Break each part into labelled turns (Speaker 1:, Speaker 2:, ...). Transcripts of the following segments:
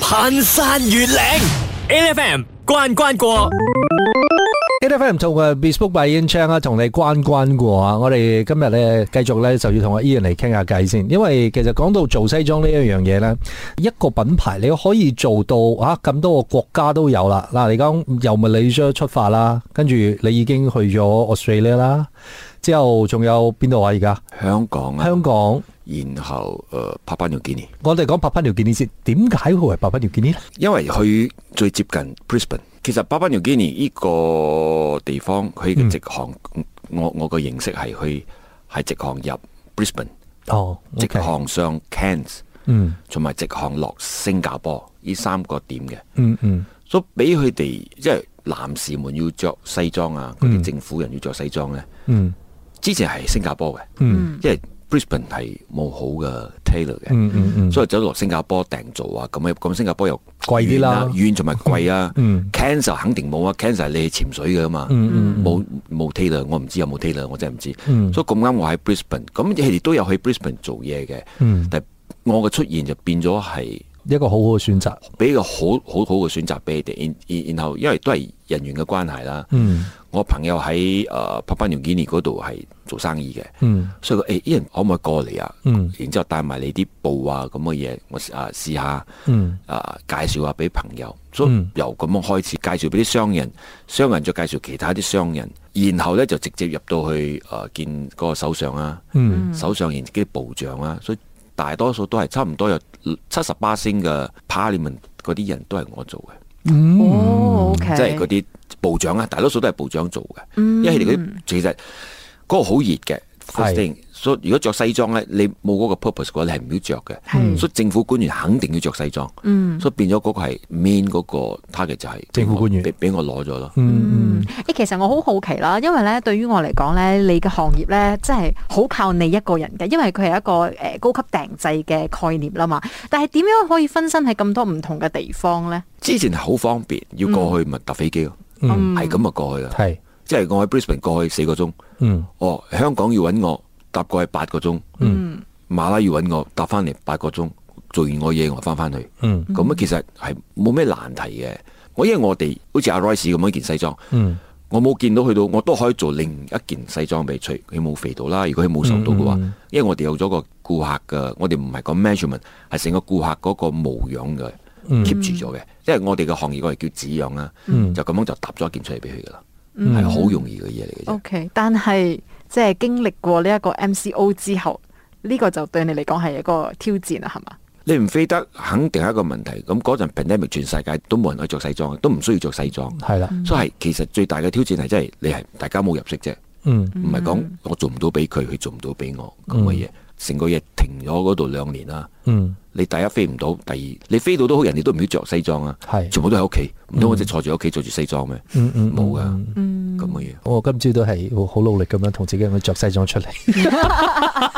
Speaker 1: 攀山越嶺，L F M 關關過。
Speaker 2: A F M 做嘅 Bespoke by In Chan 啊，同你關關過啊！我哋今日咧繼續咧就要同阿 Ian 嚟傾下偈先，因為其實講到做西裝呢一樣嘢咧，一個品牌你可以做到啊咁多個國家都有啦。嗱，你講由 Malaysia 出發啦，跟住你已經去咗 Australia 啦，之後仲有邊度啊？而家
Speaker 3: 香港啊，
Speaker 2: 香港，
Speaker 3: 然後誒、呃、帕巴紐基尼，
Speaker 2: 我哋講白賓條建議先，點解會係白賓條建議咧？
Speaker 3: 因為佢最接近 Brisbane。其實帕巴紐基尼呢個地方，佢
Speaker 2: 嗯
Speaker 3: 嘅直航，嗯我我個認識係佢係直航入 Brisbane，
Speaker 2: 哦
Speaker 3: 直
Speaker 2: OK
Speaker 3: 航上 Cairns，
Speaker 2: 嗯
Speaker 3: 同埋直航落新加坡呢三個點嘅。
Speaker 2: 嗯嗯，
Speaker 3: 所以俾佢哋即係男士們要着西裝啊，嗰啲政府人要着西裝呢。
Speaker 2: 嗯
Speaker 3: 之前係新加坡嘅，
Speaker 2: 嗯
Speaker 3: 因為 Brisbane 係冇好嘅 tailor 嘅。
Speaker 2: 嗯嗯嗯，
Speaker 3: 所以走落新加坡訂做啊，咁樣咁新加坡又
Speaker 2: 貴啲啦
Speaker 3: 遠遠同埋貴 啊。
Speaker 2: 嗯
Speaker 3: Cancer 肯定冇啊，Cancer 你係潛水嘅嘛，
Speaker 2: 嗯
Speaker 3: 冇冇 tailor，我唔知有冇 tailor，我真係唔知。
Speaker 2: 嗯
Speaker 3: 所以咁啱我喺 Brisbane，咁佢哋都有去 Brisbane 做嘢嘅，
Speaker 2: 嗯
Speaker 3: 但係我嘅出現就變咗係
Speaker 2: 一個好好嘅選擇，
Speaker 3: 俾一個好好好嘅選擇俾佢哋，然然然後因為都係人員嘅關係啦。
Speaker 2: 嗯
Speaker 3: 我朋友喺呃誒帕巴 n 基尼嗰度係做生意嘅，
Speaker 2: 嗯。
Speaker 3: 所以佢誒依人可唔可以過嚟啊？
Speaker 2: 嗯
Speaker 3: 然之後帶埋你啲布啊咁嘅嘢，我啊試下。
Speaker 2: 嗯
Speaker 3: 啊介紹下俾朋友，所以
Speaker 2: 嗯
Speaker 3: 由咁樣開始介紹俾啲商人，商人再介紹其他啲商人，然後呢就直接入到去誒、呃、見嗰個首相啊，
Speaker 2: 嗯
Speaker 3: 首相然啲部長啊，所以大多數都係差唔多有七十八星嘅 parliament 嗰啲人都係我做嘅，
Speaker 4: 哦，OK，
Speaker 3: 嗯即係嗰啲部長啊，大多數都係部長做嘅，因為佢哋嗰啲其實嗰個好熱嘅 first
Speaker 2: 係
Speaker 3: thing，所以如果着西裝呢，你冇嗰個 purpose 嘅話，你係唔要着嘅。
Speaker 2: 嗯
Speaker 4: 係
Speaker 3: 所以政府官員肯定要着西裝，
Speaker 4: 嗯
Speaker 3: 所以變咗嗰個係 main 嗰個 target 就係
Speaker 2: 政府官員
Speaker 3: 俾俾我攞咗咯。
Speaker 2: 嗯嗯
Speaker 4: 誒，其實我好好奇啦，因為咧對於我嚟講咧，你嘅行業咧真係好靠你一個人嘅，因為佢係一個誒、呃高級訂製嘅概念啦嘛。但係點樣可以分身喺咁多唔同嘅地方咧？
Speaker 3: 之前係好方便，要過去咪搭飛機咯，
Speaker 2: 嗯，
Speaker 3: 係咁啊過去啦。
Speaker 2: 係，
Speaker 3: 即係我喺 Brisbane 過去四個鐘，
Speaker 2: 嗯
Speaker 3: 哦香港要揾我搭過去八個鐘，
Speaker 2: 嗯
Speaker 3: 馬拉要揾我搭翻嚟八個鐘，做完我嘢我翻翻去。
Speaker 2: 嗯
Speaker 3: 咁啊其實係冇咩難題嘅。我因為我哋好似阿 Royce 咁樣一件西裝，
Speaker 2: 嗯
Speaker 3: 我冇見到去到，我都可以做另一件西裝俾佢除。佢冇肥到啦，如果佢冇瘦到嘅話，
Speaker 2: 嗯嗯
Speaker 3: 因為我哋有咗個顧客嘅，我哋唔係講 measurement，係成個顧客嗰個模樣嘅
Speaker 2: 嗯
Speaker 3: keep 住咗嘅。因為我哋嘅行業我哋叫紙樣啦，
Speaker 2: 嗯
Speaker 3: 就咁樣就搭咗一件出嚟俾佢噶啦，
Speaker 4: 嗯哦
Speaker 3: 係好、容易嘅嘢嚟嘅啫。
Speaker 4: OK，但係即係經歷過呢一個 MCO 之後，呢、個就對你嚟講係一個挑戰啊，係嘛？
Speaker 3: 你唔飛得肯定係一個問題。咁嗰陣 pandemic 全世界都冇人去着西裝，都唔需要着西裝，
Speaker 2: 係啦，
Speaker 3: 所以係其實最大嘅挑戰係真係你係大家冇入息啫。
Speaker 2: 嗯
Speaker 3: 唔係講我做唔到俾佢，佢做唔到俾我咁嘅嘢，成個嘢停咗嗰度兩年啦。
Speaker 2: 嗯
Speaker 3: 你第一飛唔到，第二你飛到都好，人哋都唔要着西裝啊，
Speaker 2: 係
Speaker 3: 全部都喺屋企，唔通我只坐住喺屋企着住西裝咩？
Speaker 2: 嗯嗯
Speaker 3: 冇噶，
Speaker 4: 嗯
Speaker 3: 咁嘅嘢。
Speaker 2: 我今朝都係好努力咁樣同自己咁樣着西裝出嚟，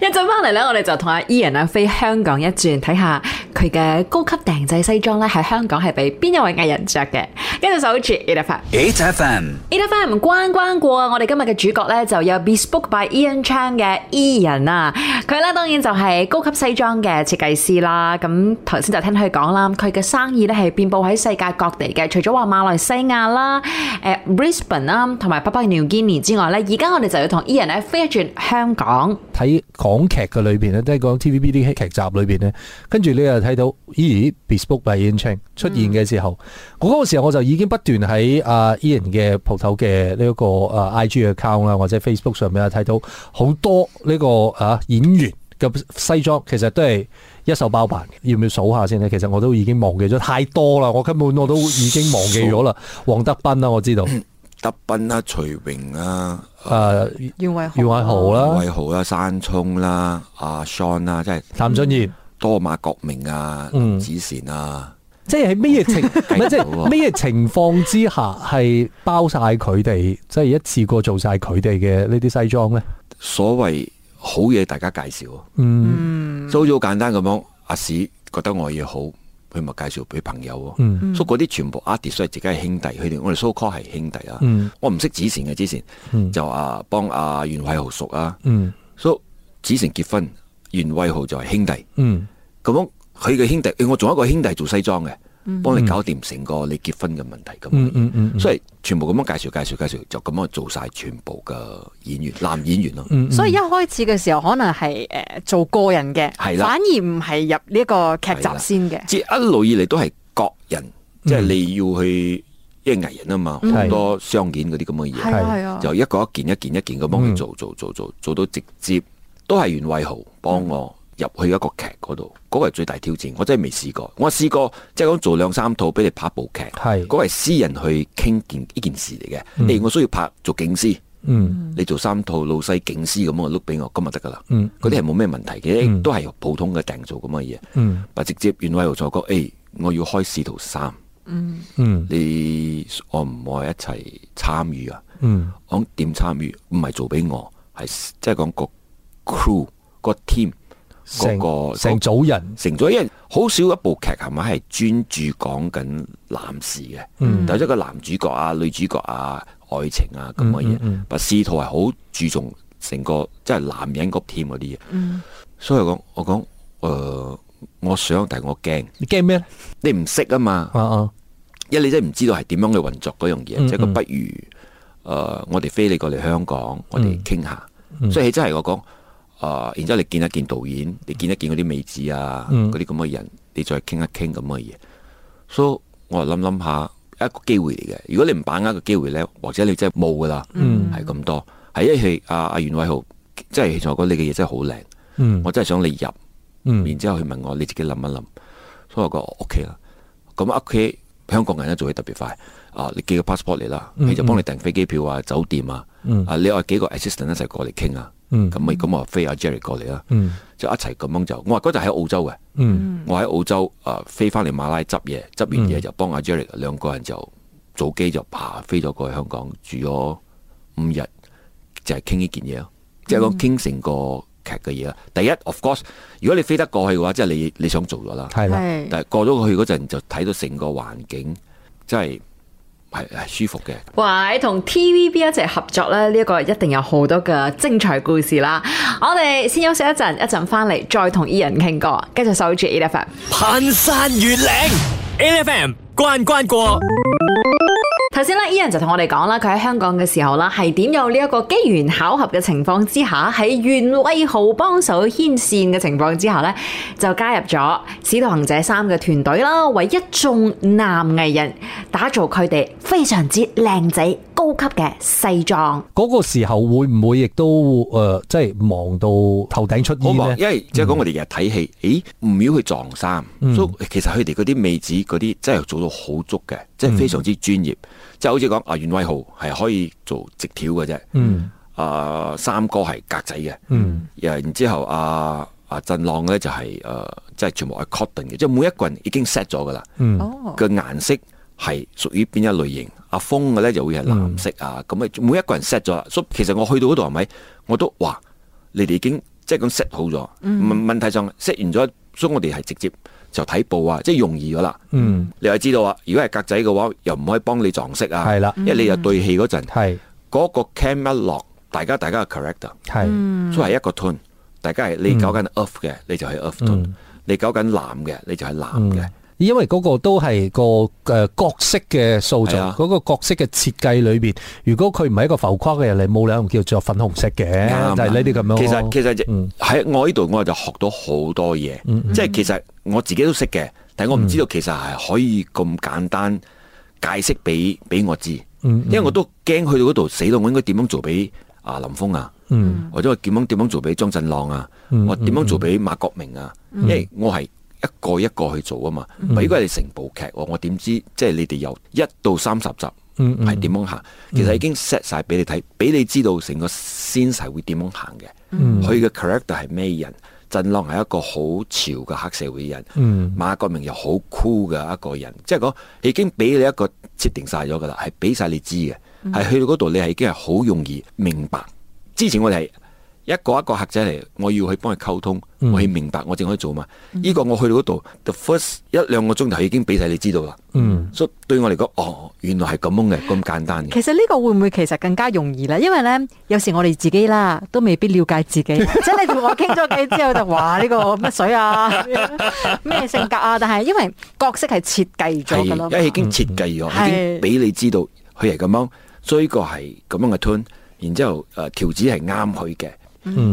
Speaker 5: 一陣翻嚟咧，我哋就同阿 Ian 啊飛香港一轉，睇下佢嘅高級訂製西裝咧喺香港係俾邊一位藝人着嘅。跟住守住 e l e p h a n
Speaker 1: H F M
Speaker 5: e l e p h a n 唔關關過啊！我哋今日嘅主角咧就有 Bespoke by Ian Chan 嘅 Ian 啊，佢咧當然就係高級西裝嘅設計師啦。咁頭先就聽佢講啦，佢嘅生意咧係遍佈喺世界各地嘅，除咗話馬來西亞啦、誒、Brisbane 啦，同埋 Papua New Guinea 之外咧，而家我哋就要同 Ian 咧飛一轉香港。
Speaker 2: 睇港劇嘅裏邊咧，即係講 TVB 啲劇集裏邊咧，跟住你又睇到咦 Bespoke by Ian Chang 出現嘅時候，我嗰個時候我就已經不斷喺啊 Ian 嘅鋪頭嘅呢一個啊 IG account 啦，或者 Facebook 上面啊睇到好多呢個啊演員。嘅西裝其實都係一手包辦嘅，要唔要數下先咧？其實我都已經忘記咗太多啦，我根本我都已經忘記咗啦。黃德斌啦，我知道，誒、
Speaker 3: 德斌啦、徐榮啦、
Speaker 2: 啊
Speaker 4: 袁偉豪，
Speaker 2: 袁偉豪啦，
Speaker 3: 偉豪啦、山聰啦、阿 Sean 啦，即係
Speaker 2: 譚俊賢，
Speaker 3: 多馬國明啊、
Speaker 2: 嗯
Speaker 3: 林子善啊，
Speaker 2: 即係喺 咩情，唔係即係咩情況之下係包晒佢哋，即係一次過做晒佢哋嘅呢啲西裝咧？
Speaker 3: 所謂好嘢大家介紹啊，
Speaker 2: 嗯
Speaker 3: 所以好簡單咁樣，阿史覺得我嘢好，佢咪介紹俾朋友喎。
Speaker 2: 嗯
Speaker 3: 所以嗰啲全部 artist 都係自己係兄弟，佢哋我哋 so call 係兄弟啊。
Speaker 2: 嗯
Speaker 3: 我唔識子善嘅之前，
Speaker 2: 嗯
Speaker 3: 就啊幫阿袁偉豪熟啊，
Speaker 2: 嗯
Speaker 3: 所以子善結婚，袁偉豪就係兄弟，
Speaker 2: 嗯
Speaker 3: 咁樣佢嘅兄弟，誒我仲有一個兄弟做西裝嘅，幫你搞掂成個你結婚嘅問題咁。
Speaker 2: 嗯嗯嗯嗯
Speaker 3: 所以全部咁樣介紹介紹介紹，就咁樣做晒全部嘅演員，男演員咯。
Speaker 2: 嗯
Speaker 4: 所以一開始嘅時候可能係诶做個人嘅，
Speaker 3: 係啦
Speaker 4: 反而唔係入呢一個劇集先嘅。
Speaker 3: 即係一路以嚟都係各人，即係你要去，因為藝人啊嘛，
Speaker 2: 嗯
Speaker 3: 好多商演嗰啲咁嘅嘢。
Speaker 4: 係啊係啊，
Speaker 3: 就一個一件一件一件咁幫
Speaker 2: 嗯
Speaker 3: 佢做做做做做到直接，都係袁偉豪幫我
Speaker 2: 嗯
Speaker 3: 入去一個劇嗰度，嗰、個係最大挑戰，我真係未試過。我試過即係講做兩三套俾你拍部劇，
Speaker 2: 係
Speaker 3: 嗰個係私人去傾件呢件事嚟嘅。你我需要拍做警司，
Speaker 2: 嗯
Speaker 3: 你做三套老細警司咁我碌俾我，今日得㗎啦。
Speaker 2: 嗯
Speaker 3: 嗰啲係冇咩問題嘅，
Speaker 2: 嗯
Speaker 3: 都係普通嘅訂做咁嘅嘢。
Speaker 2: 嗯
Speaker 3: 但直接袁偉豪就講：，誒、我要開試圖三，
Speaker 2: 嗯
Speaker 3: 你我唔我一齊參與啊？
Speaker 2: 嗯
Speaker 3: 講點參與，唔係做俾我，係即係講個 crew 個 team
Speaker 2: 成
Speaker 3: 嗰個
Speaker 2: 成組人，
Speaker 3: 成咗，因為好少一部劇係咪係專注講緊男士嘅，
Speaker 2: 嗯
Speaker 3: 有一個男主角啊、女主角啊、愛情啊咁
Speaker 2: 嗯
Speaker 3: 嘅
Speaker 2: 嗯嗯
Speaker 3: 嘢，但試圖係好注重成個即係男人個 team 嗰啲嘢，
Speaker 2: 嗯
Speaker 3: 所以我講我講誒、呃我想，但係我驚，
Speaker 2: 你驚咩咧？
Speaker 3: 你唔識啊嘛。
Speaker 2: 啊啊，
Speaker 3: 因為你真係唔知道係點樣去運作嗰樣嘢，
Speaker 2: 嗯
Speaker 3: 即係佢不如誒、呃我哋飛你過嚟香港，我
Speaker 2: 嗯
Speaker 3: 哋傾下。所以真係我講誒、呃然之後你見一見導演，你見一見嗰啲美子啊，
Speaker 2: 嗯
Speaker 3: 嗰啲咁嘅人，你再傾一傾咁嘅嘢。所以我諗諗下一個機會嚟嘅。如果你唔把握個機會呢，或者你真係冇噶啦，
Speaker 2: 嗯
Speaker 3: 係咁、多。係因為阿阿袁偉豪，即係其實我覺得你嘅嘢真係好靚，
Speaker 2: 嗯
Speaker 3: 我真係想你入。
Speaker 2: 嗯
Speaker 3: 然之後佢問我你自己諗一諗，所以我講 OK 啦。咁屋企香港人咧做嘢特別快，啊你寄個 passport 嚟啦，
Speaker 2: 嗯
Speaker 3: 佢就幫你訂飛機票啊、酒店啊，啊你話幾個 assistant 一齊過嚟傾啊，
Speaker 2: 嗯
Speaker 3: 咁咪咁我飛阿 Jerry 過嚟啦，啊
Speaker 2: 嗯
Speaker 3: 就一齊咁樣就，我話嗰陣喺澳洲嘅，
Speaker 2: 嗯
Speaker 3: 我喺澳洲啊飛翻嚟馬拉執嘢，執完嘢就幫阿 Jerry 兩個人就早機就爬飛咗過去香港住咗五日，就係傾呢件嘢咯，即係講
Speaker 2: 嗯
Speaker 3: 傾成個劇嘅嘢啦。第一，of course，如果你飛得過去嘅話，即係你你想做咗啦。
Speaker 2: 係啦，
Speaker 4: 係
Speaker 3: 但係過咗去嗰陣就睇到成個環境，真係係係舒服嘅。
Speaker 5: 喂，同 TVB 一齊合作咧，呢、一個一定有好多嘅精彩故事啦。我哋先休息一陣，一陣翻嚟再同 Ian 傾過，跟住守住 E F M。
Speaker 1: 攀山越嶺，8FM 關關過。
Speaker 5: 頭先咧，Ian 就同我哋講啦，佢喺香港嘅時候啦，係點有呢一個機緣巧合嘅情況之下，喺袁威豪幫手牽線嘅情況之下呢，就加入咗《使徒行者三》嘅團隊啦，為一眾男藝人打造佢哋非常之靚仔、高級嘅西裝。
Speaker 2: 嗰個時候會唔會亦都誒，即係忙到頭頂出
Speaker 3: 好
Speaker 2: 煙
Speaker 3: 忙，
Speaker 2: 咧？
Speaker 3: 因為即係講我哋日日睇戲，咦唔要去撞衫，所以其實佢哋嗰啲美子嗰啲真係做到好足嘅，即係非常之專業。即係好似講啊，袁偉豪係可以做直條嘅啫，
Speaker 2: 嗯
Speaker 3: 啊三哥係格仔嘅，
Speaker 2: 嗯
Speaker 3: 然之後啊啊振浪咧就係、誒、即係全部係 cotton 嘅，即係每一個人已經 set 咗噶啦。
Speaker 2: 嗯
Speaker 4: 哦，
Speaker 3: 嘅顏色係屬於邊一類型。阿峰嘅咧就會係藍
Speaker 2: 嗯
Speaker 3: 色啊，咁啊、每一個人 set 咗啦。所以其實我去到嗰度係咪我都哇，你哋已經即係咁 set 好咗。問問題上 set 完咗，所以我哋係直接就睇布啊，即係容易咗啦。
Speaker 2: 嗯，
Speaker 3: 你又知道啊，如果係格仔嘅話，又唔可以幫你撞色啊。
Speaker 2: 係啦
Speaker 3: 因為你又對戲嗰陣，
Speaker 2: 係
Speaker 3: 嗰、個 cam 一落，大家大家嘅 character。
Speaker 2: 係
Speaker 3: 所以係一個 tone，大家係
Speaker 2: 嗯
Speaker 3: 你搞緊 earth 嘅，你就係 earth tone；你搞緊藍嘅，你就係
Speaker 2: 嗯
Speaker 3: 藍嘅。
Speaker 2: 因為嗰個都係個誒角色嘅塑
Speaker 3: 係
Speaker 2: 造，
Speaker 3: 啊
Speaker 2: 嗰、個角色嘅設計裏邊，如果佢唔係一個浮誇嘅人，你冇理由叫做粉紅色嘅，
Speaker 3: 啱啊
Speaker 2: 就係呢啲咁樣咯。
Speaker 3: 其實其實
Speaker 2: 嗯
Speaker 3: 喺我呢度我就學到好多嘢，即係其實我自己都識嘅，但係我唔知道其實係可以咁簡單解釋俾俾我知，
Speaker 2: 嗯
Speaker 3: 因為我都驚去到嗰度死啦，我應該點樣做俾啊林峰啊，
Speaker 2: 嗯
Speaker 3: 或者我點樣點樣做俾張振朗啊，我點樣做俾馬國明啊，
Speaker 2: 嗯
Speaker 3: 因為我係。一個一個去做啊嘛，唔係如果係成部劇喎，我點知即係你哋由一到三十集
Speaker 2: 嗯嗯
Speaker 3: 係點樣行？其實已經 set 晒俾你睇，俾你知道成個 scene 係會點樣行嘅。
Speaker 2: 嗯
Speaker 3: 佢嘅 character 係咩人？振朗係一個好潮嘅黑社會人，
Speaker 2: 嗯
Speaker 3: 馬國明又好酷嘅一個人，即係講已經俾你一個設定晒咗㗎啦，係
Speaker 2: 嗯
Speaker 3: 俾晒你知嘅，係去到嗰度你係已經係好容易明白。之前我哋係一個一個客仔嚟，我要去幫佢溝通，我要明白我正可以做嘛。呢、個我去到嗰度，the first 一兩個鐘頭已經俾晒你知道啦。
Speaker 2: 嗯，
Speaker 3: 所以對我嚟講，哦，原來係咁樣嘅，咁簡單嘅。
Speaker 4: 其實呢個會唔會其實更加容易咧？因為咧，有時我哋自己啦，都未必了解 自己。即係你同我傾咗偈之後就話呢個乜 水啊，咩性格啊，但係因為角色係設計咗噶啦嘛，
Speaker 3: 係，因為已經設計咗，已
Speaker 4: 係
Speaker 3: 經俾你知道佢係咁樣，所以呢個係咁樣嘅 turn，然之後誒條子係啱佢嘅，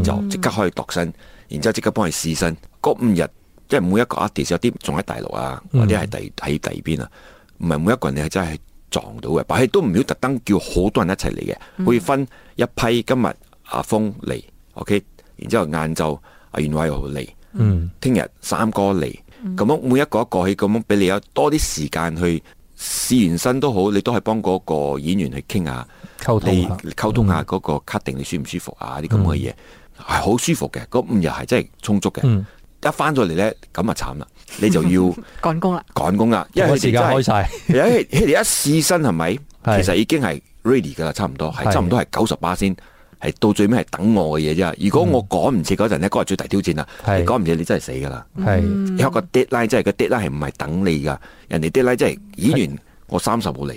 Speaker 3: 就即刻可以度身，然之後即刻幫佢試身。嗰五日，即係每一個 artist 有啲仲喺大陸啊，或者係第喺第二邊啊，唔係每一個人你係真係撞到嘅，但係都唔要特登叫好多人一齊嚟嘅，會分一批今日阿峰嚟，OK，然之後晏晝阿袁偉豪嚟。
Speaker 2: 嗯，
Speaker 3: 聽日三個嚟，咁樣每一個一個去咁樣俾你有多啲時間去試完身都好，你都係幫嗰個演員去傾下，
Speaker 2: 溝通
Speaker 3: 你
Speaker 2: 下嗯
Speaker 3: 溝通下嗰個 cutting 你舒唔舒服啊啲咁嘅嘢，係好舒服嘅，嗰五日係真係充足嘅。
Speaker 2: 嗯
Speaker 3: 一翻咗嚟呢，咁啊慘啦，你 就要
Speaker 4: 趕工啦。
Speaker 3: 趕工啦，因為
Speaker 2: 我
Speaker 3: 佢哋
Speaker 2: 時間
Speaker 3: 真係
Speaker 2: 開晒，
Speaker 3: 因為佢哋一試身係咪？其
Speaker 2: 係
Speaker 3: 實已經係 ready 噶啦，差唔多係
Speaker 2: 係
Speaker 3: 差唔多係九十八先，係到最尾係等我嘅嘢啫。如果我趕唔切嗰陣呢，嗰日最大挑戰啦。
Speaker 2: 嗯係
Speaker 3: 你趕唔切，你真係死噶啦。
Speaker 2: 係
Speaker 3: 有一個 deadline 即係個 deadline 係唔係等你噶？人哋 deadline 即係演員，我三十號嚟，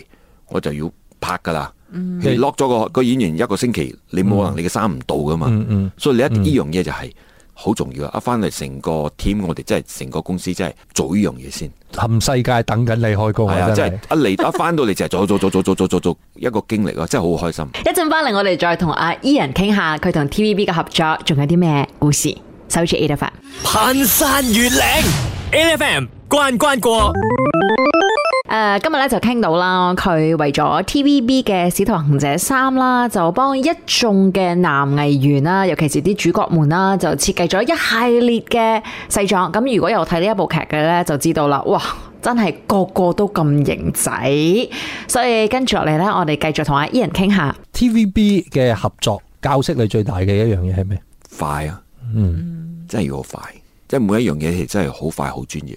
Speaker 3: 我就要拍噶啦。你 lock 咗個個演員一個星期，你冇可能你嘅衫唔到噶嘛
Speaker 2: 嗯。嗯
Speaker 3: 所以你一呢樣嘢就係好重要啊！一翻嚟成個 team，我哋真係成個公司真係做呢樣嘢先。
Speaker 2: 冚世界等緊你開工
Speaker 3: 係
Speaker 2: 啊，
Speaker 3: 啊，即係
Speaker 2: 真係。
Speaker 3: 一嚟一翻到嚟就係做做做做做做做做一個經歷啊，真係好開心。
Speaker 5: 一陣翻嚟，我哋再同阿 Ian 傾下佢同 TVB 嘅合作，仲有啲咩故事？守住 A F M。
Speaker 1: 攀山越嶺，L F M 關關過。
Speaker 5: 誒、呃今日咧就傾到啦，佢為咗 TVB 嘅《使徒行者三》啦，就幫一眾嘅男藝員啦，尤其是啲主角們啦，就設計咗一系列嘅西裝。咁如果有睇呢一部劇嘅咧，就知道啦，哇！真係個個都咁型仔，所以跟住落嚟咧，我哋繼續同阿 Ian 傾下。
Speaker 2: TVB 嘅合作教識你最大嘅一樣嘢係咩？
Speaker 3: 快啊，嗯，真係要好快，即係每一樣嘢係真係好快好專業，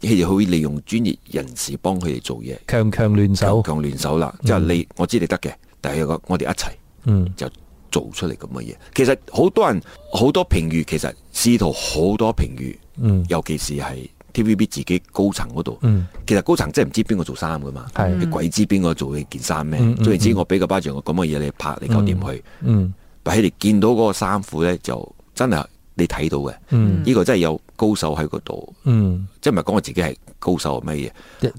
Speaker 3: 佢哋會利用專業人士幫佢哋做嘢。
Speaker 2: 強強聯手，
Speaker 3: 強聯手啦，即係你我知你得嘅，但係我我哋一齊
Speaker 2: 嗯
Speaker 3: 就做出嚟咁嘅嘢。其實好多人好多評語，其實試圖好多評語，
Speaker 2: 嗯
Speaker 3: 尤其是係 TVB 自己高層嗰度，
Speaker 2: 嗯
Speaker 3: 其實高層真係唔知邊個做衫噶嘛，
Speaker 2: 係嗯
Speaker 3: 你鬼知邊個做嘅件衫咩
Speaker 2: 嗯嗯？嗯
Speaker 3: 總言之，我俾個巴掌我咁嘅嘢你拍，你搞掂去。
Speaker 2: 嗯
Speaker 3: 但係你見到嗰個衫褲咧，就真係你睇到嘅，
Speaker 2: 嗯
Speaker 3: 呢個真係有高手喺嗰度，
Speaker 2: 嗯，
Speaker 3: 即係唔係講我自己係高手係乜嘢？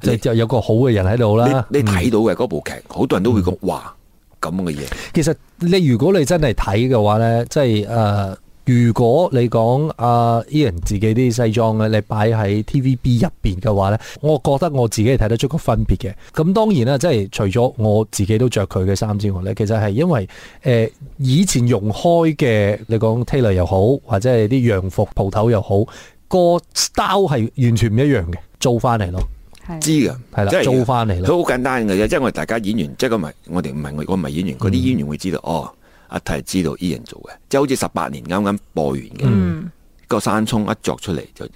Speaker 2: 即即就有個好嘅人喺度啦。
Speaker 3: 你你
Speaker 2: 嗯
Speaker 3: 睇到嘅嗰部劇，好多人都會講哇咁嘅嘢。
Speaker 2: 其實你如果你真係睇嘅話呢，即係诶、呃如果你講阿 Ian 自己啲西裝咧，你擺喺 TVB 入边嘅話呢，我覺得我自己係睇得出個分別嘅。咁當然啦，即係除咗我自己都着佢嘅衫之外呢，其實係因為诶、呃以前用開嘅，你講 tailor 又好，或者係啲洋服鋪頭又好，個 style 係完全唔一樣嘅，做翻嚟咯，
Speaker 4: 係
Speaker 3: 知嘅，
Speaker 2: 係啦
Speaker 3: 即係
Speaker 2: 租返嚟啦
Speaker 3: 佢好簡單嘅啫，即係我哋大家演員，即係佢唔係我哋唔係我我唔係演員，
Speaker 2: 嗯
Speaker 3: 嗰啲演員會知道哦，阿提知道 Ian 做嘅，即係好似十八年啱啱播完
Speaker 2: 嗯
Speaker 3: 嘅，個山葱一作出嚟就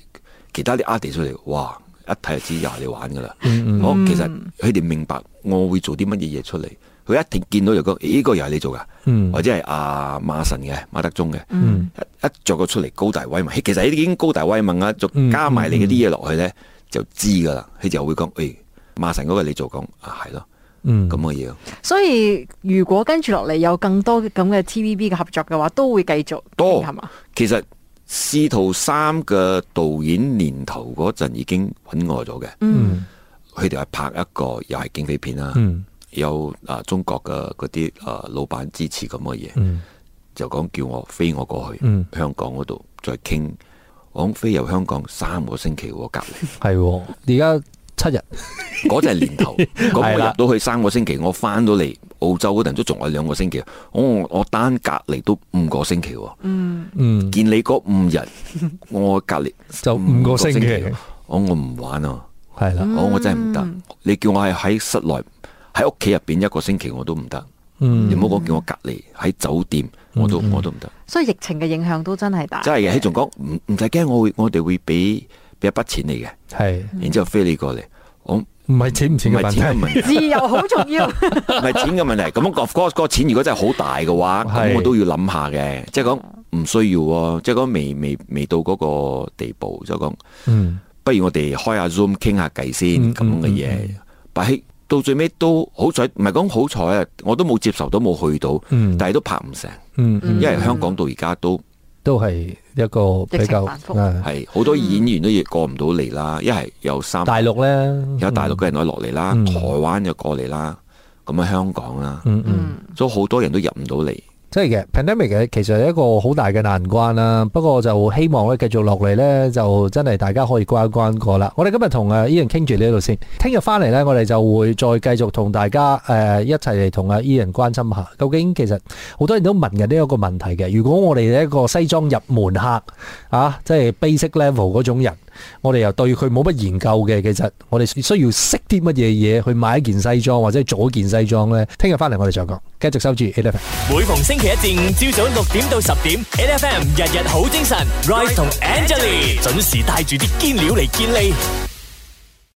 Speaker 3: 其他啲 artist 出嚟，哇！一睇就知又係你玩噶啦。
Speaker 2: 嗯
Speaker 3: 我其實佢哋明白我會做啲乜嘢嘢出嚟，佢一定見到就講，咦呢個又係你做噶，
Speaker 2: 嗯
Speaker 3: 或者係阿馬神嘅馬德鐘嘅，一一作個出嚟高大威猛，其實呢啲已經高大威猛啦，再
Speaker 2: 嗯
Speaker 3: 加埋你嗰啲嘢落去咧，就知噶啦，佢就會講，誒馬神嗰個你做講啊係咯，
Speaker 2: 嗯
Speaker 3: 咁。嘅嘢咯，
Speaker 4: 所以如果跟住落嚟有更多咁嘅 TVB 嘅合作嘅話，都會繼續
Speaker 3: 多
Speaker 4: 係嘛？
Speaker 3: 其實《使徒三》嘅導演年頭嗰陣已經揾我咗嘅，
Speaker 4: 嗯
Speaker 3: 佢哋係拍一個又係警匪片啦，
Speaker 2: 嗯
Speaker 3: 有啊中國嘅嗰啲啊老闆支持咁嘅嘢，
Speaker 2: 嗯
Speaker 3: 就講叫我飛我過去、
Speaker 2: 嗯
Speaker 3: 香港嗰度再傾，我講飛由香港三個星期喎隔離。
Speaker 2: 係喎，而家七日，
Speaker 3: 嗰陣係 年頭，咁
Speaker 2: 係啦
Speaker 3: 我入到去三個星期，我翻到嚟澳洲嗰陣都仲係兩個星期，我我單隔離都五個星期喎。
Speaker 2: 嗯，
Speaker 3: 見你嗰五日，我隔離
Speaker 2: 就五個星期
Speaker 3: 喎我我唔玩啊！
Speaker 2: 係啦，
Speaker 3: 我我真係唔
Speaker 2: 嗯
Speaker 3: 得。你叫我係喺室內喺屋企入邊一個星期我都唔得。
Speaker 2: 嗯
Speaker 3: 你唔好講叫我隔離喺酒店，我都我都唔得。
Speaker 4: 所以疫情嘅影響都真係大。
Speaker 3: 真係嘅，佢仲講唔唔使驚，我會我哋會俾俾一筆錢你嘅。
Speaker 2: 係。
Speaker 3: 然之後飛你過嚟，我
Speaker 2: 唔系钱唔钱嘅
Speaker 3: 唔係錢嘅
Speaker 2: 问
Speaker 3: 問
Speaker 2: 题，
Speaker 3: 題，
Speaker 4: 自由好重 要，
Speaker 3: 唔係錢嘅問題。咁啊 of course 個錢如果真係好大嘅話，
Speaker 2: 係
Speaker 3: 咁我都要諗下嘅。即係講唔需要喎，即係講未未未到嗰個地步，就講
Speaker 2: 嗯，
Speaker 3: 不如我哋開下 Zoom 傾下偈
Speaker 2: 嗯
Speaker 3: 先咁嘅嘢。但係到最尾都好彩，唔係講好彩啊，我都冇接受到，冇去到
Speaker 2: 嗯，
Speaker 3: 但係都拍唔成，
Speaker 2: 嗯嗯，
Speaker 3: 因為香港到而家都
Speaker 2: 都系一个比
Speaker 4: 疫情
Speaker 2: 较
Speaker 4: 反覆
Speaker 2: 啊
Speaker 3: 係好多演員都亦過唔到嚟啦，一係有三
Speaker 2: 大陆咧，
Speaker 3: 有大陸嘅人可以落嚟啦，
Speaker 2: 嗯
Speaker 3: 台灣就過嚟啦，咁啊香港啦，
Speaker 2: 嗯嗯。
Speaker 4: 嗯，
Speaker 3: 所以好多人都入唔到嚟。
Speaker 2: 即係嘅 pandemic 嘅，其實係一個好大嘅難關啦。不過就希望咧繼續落嚟咧，就真係大家可以關一關過啦。我哋今日同誒 Ian 傾住呢度先，聽日翻嚟咧，我哋就會再繼續同大家誒、呃一齊嚟同阿 Ian 關心下，究竟其實好多人都問緊呢一個問題嘅。如果我哋一個西裝入門客啊，即係 basic level 嗰種人。我哋又對佢冇乜研究嘅，其實我哋需要識啲乜嘢嘢去買一件西裝或者做一件西裝呢？聽日翻嚟我哋再講，繼續收住 A F。
Speaker 1: 每逢星期一至五朝早六點到十點，N F M 日日好精神，Rise 同 Angelie 準時帶住啲堅料嚟健利。